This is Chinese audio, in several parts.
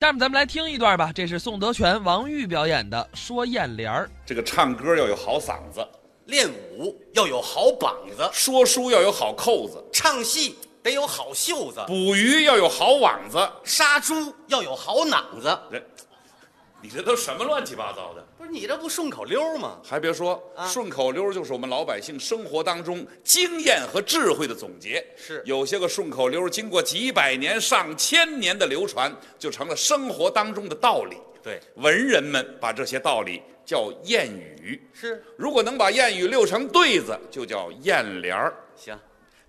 下面咱们来听一段吧，这是宋德全、王玉表演的《说艳联儿》。这个唱歌要有好嗓子，练武要有好膀子，说书要有好扣子，唱戏得有好袖子，捕鱼要有好网子。杀猪要有好囊子。这，你这都什么乱七八糟的？不是你这不顺口溜吗？还别说，啊顺口溜就是我们老百姓生活当中经验和智慧的总结。是有些个顺口溜经过几百年、上千年的流传，就成了生活当中的道理。对，文人们把这些道理叫谚语。是如果能把谚语溜成对子，就叫谚联儿。行，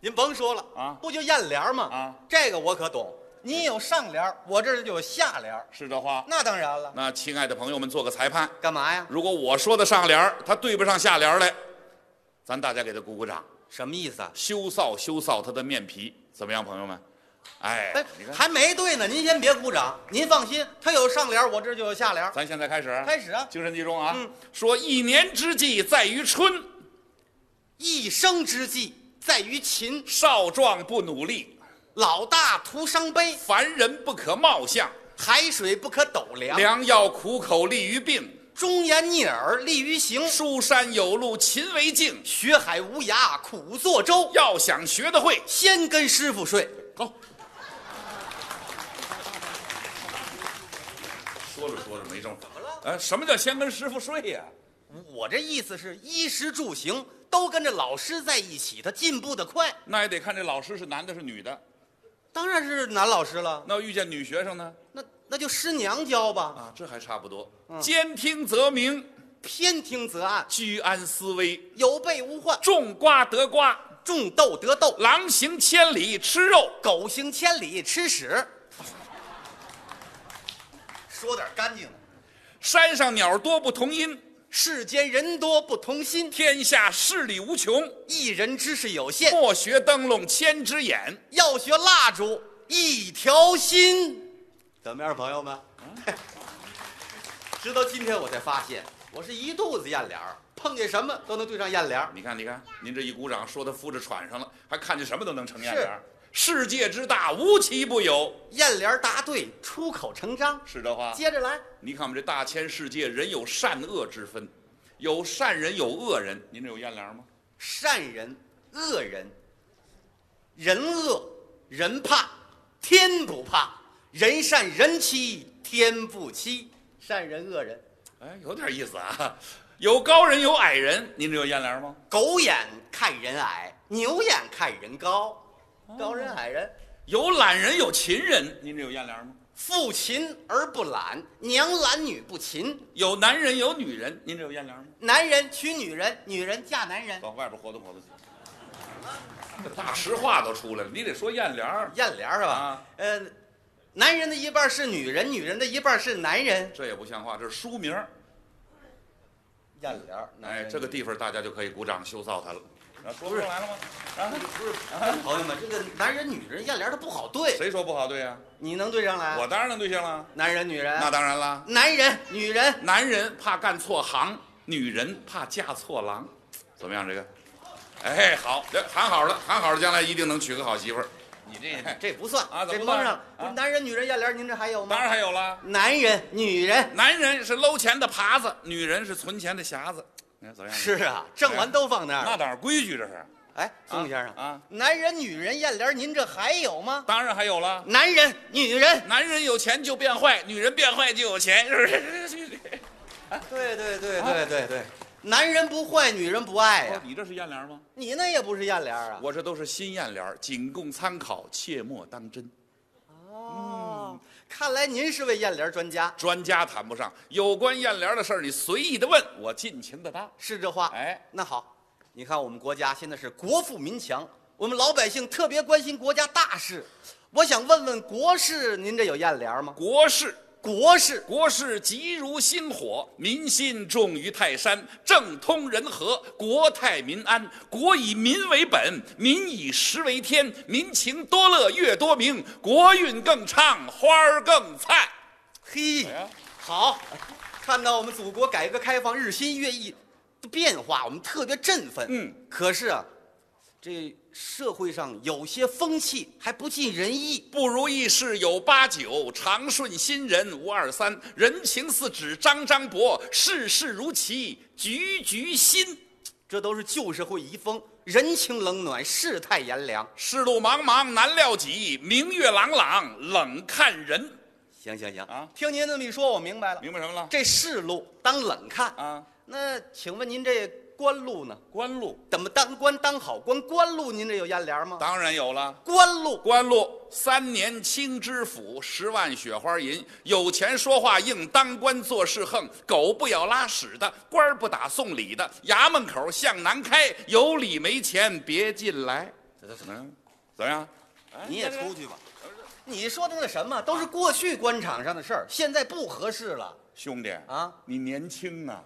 您甭说了啊不就艳联儿吗？啊，这个我可懂。你有上联儿，我这儿就有下联儿，是这话。那当然了。那亲爱的朋友们，做个裁判。干嘛呀？如果我说的上联儿，他对不上下联儿来，咱大家给他鼓鼓掌，什么意思啊？羞臊羞臊他的面皮，怎么样，朋友们？哎哎，你，看，还没对呢，您先别鼓掌，您放心，他有上联儿，我这儿就有下联儿。咱现在开始，开始啊精神集中啊！嗯说一年之计在于春，一生之计在于勤，少壮不努力，老大徒伤悲，凡人不可貌相，海水不可斗量。良药苦口利于病，忠言逆耳利于行，书山有路勤为径，学海无涯苦作舟。要想学得会，先跟师傅睡，走。说着说着没正法么了哎，什么叫先跟师傅睡呀、我这意思是衣食住行都跟着老师在一起，他进步的快。那也得看这老师是男的是女的。当然是男老师了，那要遇见女学生呢？那那就师娘教吧。啊，这还差不多。嗯兼听则明，偏听则暗，居安思危，有备无患，种瓜得瓜，种豆得豆，狼行千里吃肉。狗行千里吃屎。说点干净的。山上鸟多不同音，世间人多不同心，天下事理无穷。一人知识有限，莫学灯笼千只眼。要学蜡烛一条心。怎么样，朋友们？ 直到今天我才发现，我是一肚子艳联儿，碰见什么都能对上艳联儿。你看，你看，您这一鼓掌，说他夫子喘上了，还看见什么都能成是样样。世界之大，无奇不有，艳联儿答对，出口成章。是这话。接着来，你看我们这大千世界，人有善恶之分，有善人，有恶人。您这有艳良吗？善人、恶人，人恶人怕，天不怕；人善人欺，天不欺。善人恶人，哎，有点意思啊！有高人，有矮人，您这有艳联吗？狗眼看人矮，牛眼看人高，高人矮人。有懒人，有勤人，您这有艳联吗？父勤而不懒，娘懒女不勤。有男人，有女人，您这有艳联吗？男人娶女人，女人嫁男人。往外边活动活动去。这大实话都出来了，你得说艳联儿艳联儿是吧？啊呃，男人的一半是女人，女人的一半是男人。这也不像话，这是书名儿。艳联儿，哎，这个地方大家就可以鼓掌羞臊他了。啊，说不是上来了吗？啊，不是朋友们，这个男人女人艳联儿它不好对，谁说不好对呀、你能对上来？我当然能对象了。啊男人女人，那当然啦，男人女人，男人怕干错行，女人怕嫁错郎，怎么样？这个，哎，好，这喊好了，喊好了，将来一定能娶个好媳妇儿。你这这不算啊怎这么蒙算上了。啊不是男人女人艳联儿，您这还有吗？当然还哎有啦，男人女人男人是搂钱的耙子，女人是存钱的匣子，你看怎么样？是啊，挣完都放那儿那了。当然规矩这是，哎，宋先生啊男人女人艳联儿，您这还有吗？当然还有啦。男人女人，男人有钱就变坏，女人变坏就有钱，是不是？ 对对对对对对，男人不坏，女人不爱啊呀、哦你这是艳联吗？你那也不是艳联儿啊。我这都是新艳联，仅供参考，切莫当真。哦，看来您是位艳联儿专家，专家谈不上，有关艳联的事儿，你随意的问，我尽情的答。是这话。哎，那好，你看我们国家现在是国富民强，我们老百姓特别关心国家大事。我想问问国事，您这有艳联儿吗？国事，国事，国事急如星火，民心重于泰山，政通人和，国泰民安。国以民为本，民以食为天，民情多乐，乐多明，国运更昌，花儿更灿。嘿哎呀，好，看到我们祖国改革开放日新月异的变化，我们特别振奋。嗯，可是啊，这社会上有些风气还不尽人意，不如意事有八九，常顺心人无二三，人情似纸张张薄，世事如棋局局新。这都是旧社会遗风，人情冷暖，世态炎凉。世路茫茫难料己，明月朗朗冷看人。行行行啊听您这么一说，我明白了。明白什么了？这世路当冷看，啊，那请问您这官路呢？官路怎么当官当好官？官路您这有烟帘吗？当然有了。官路官路三年清知府，十万雪花银。有钱说话硬，当官做事横。狗不咬拉屎的，官儿不打送礼的。衙门口向南开，有理没钱别进来。嗯，怎么样？你也出去吧。呃你说的那什么，都是过去官场上的事儿，现在不合适了。兄弟啊，你年轻啊，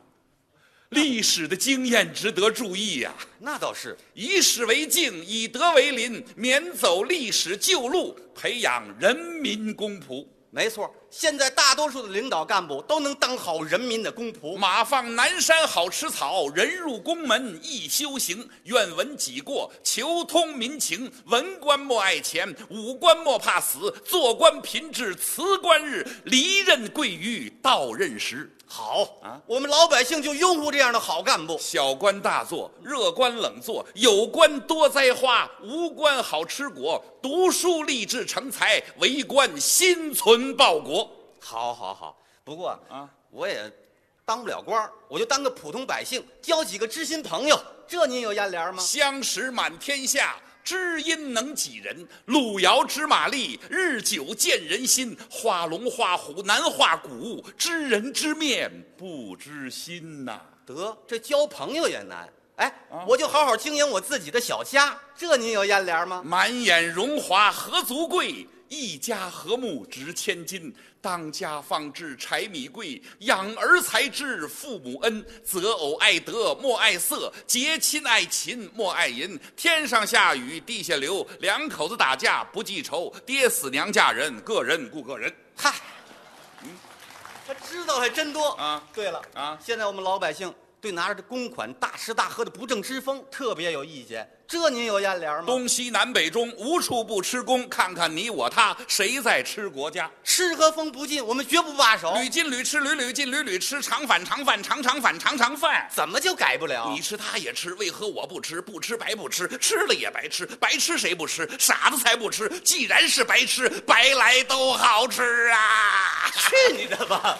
历史的经验值得注意呀、那倒是，以史为镜，以德为邻，免走历史旧路，培养人民公仆。没错。现在大多数的领导干部都能当好人民的公仆。马放南山好吃草，人入宫门易修行。愿闻己过，求通民情。文官莫爱钱，武官莫怕死。做官频至辞官日，离任贵于到任时。好啊我们老百姓就拥护这样的好干部。小官大做，热官冷做，有官多栽花，无官好吃果。读书立志成才，为官心存报国。好，好，好。不过啊，我也当不了官儿，我就当个普通百姓，交几个知心朋友。这您有烟帘吗？相识满天下，知音能几人？路遥知马力，日久见人心。画龙画虎难画骨，知人知面不知心呐、得，这交朋友也难。哎，我就好好经营我自己的小家。这您有烟帘吗？满眼荣华何足贵？一家和睦值千金。当家方知柴米贵，养儿才知父母恩。择偶爱德莫爱色，结亲爱勤莫爱淫。天上下雨地下流，两口子打架不记仇。爹死娘嫁人，个人顾个人。嗨，他知道还真多啊对了啊现在我们老百姓对拿着这公款大吃大喝的不正之风特别有意见，这您有烟帘吗？东西南北中，无处不吃功。看看你我他，谁在吃国家？吃和风不进，我们绝不罢手。屡进屡吃，屡屡进，屡屡吃，常反常反，常常反，常常犯。怎么就改不了你？吃他也吃，为何我不吃？不吃白不吃，吃了也白吃，白吃谁不吃？傻子才不吃。既然是白吃，白来都好吃啊！去你的吧！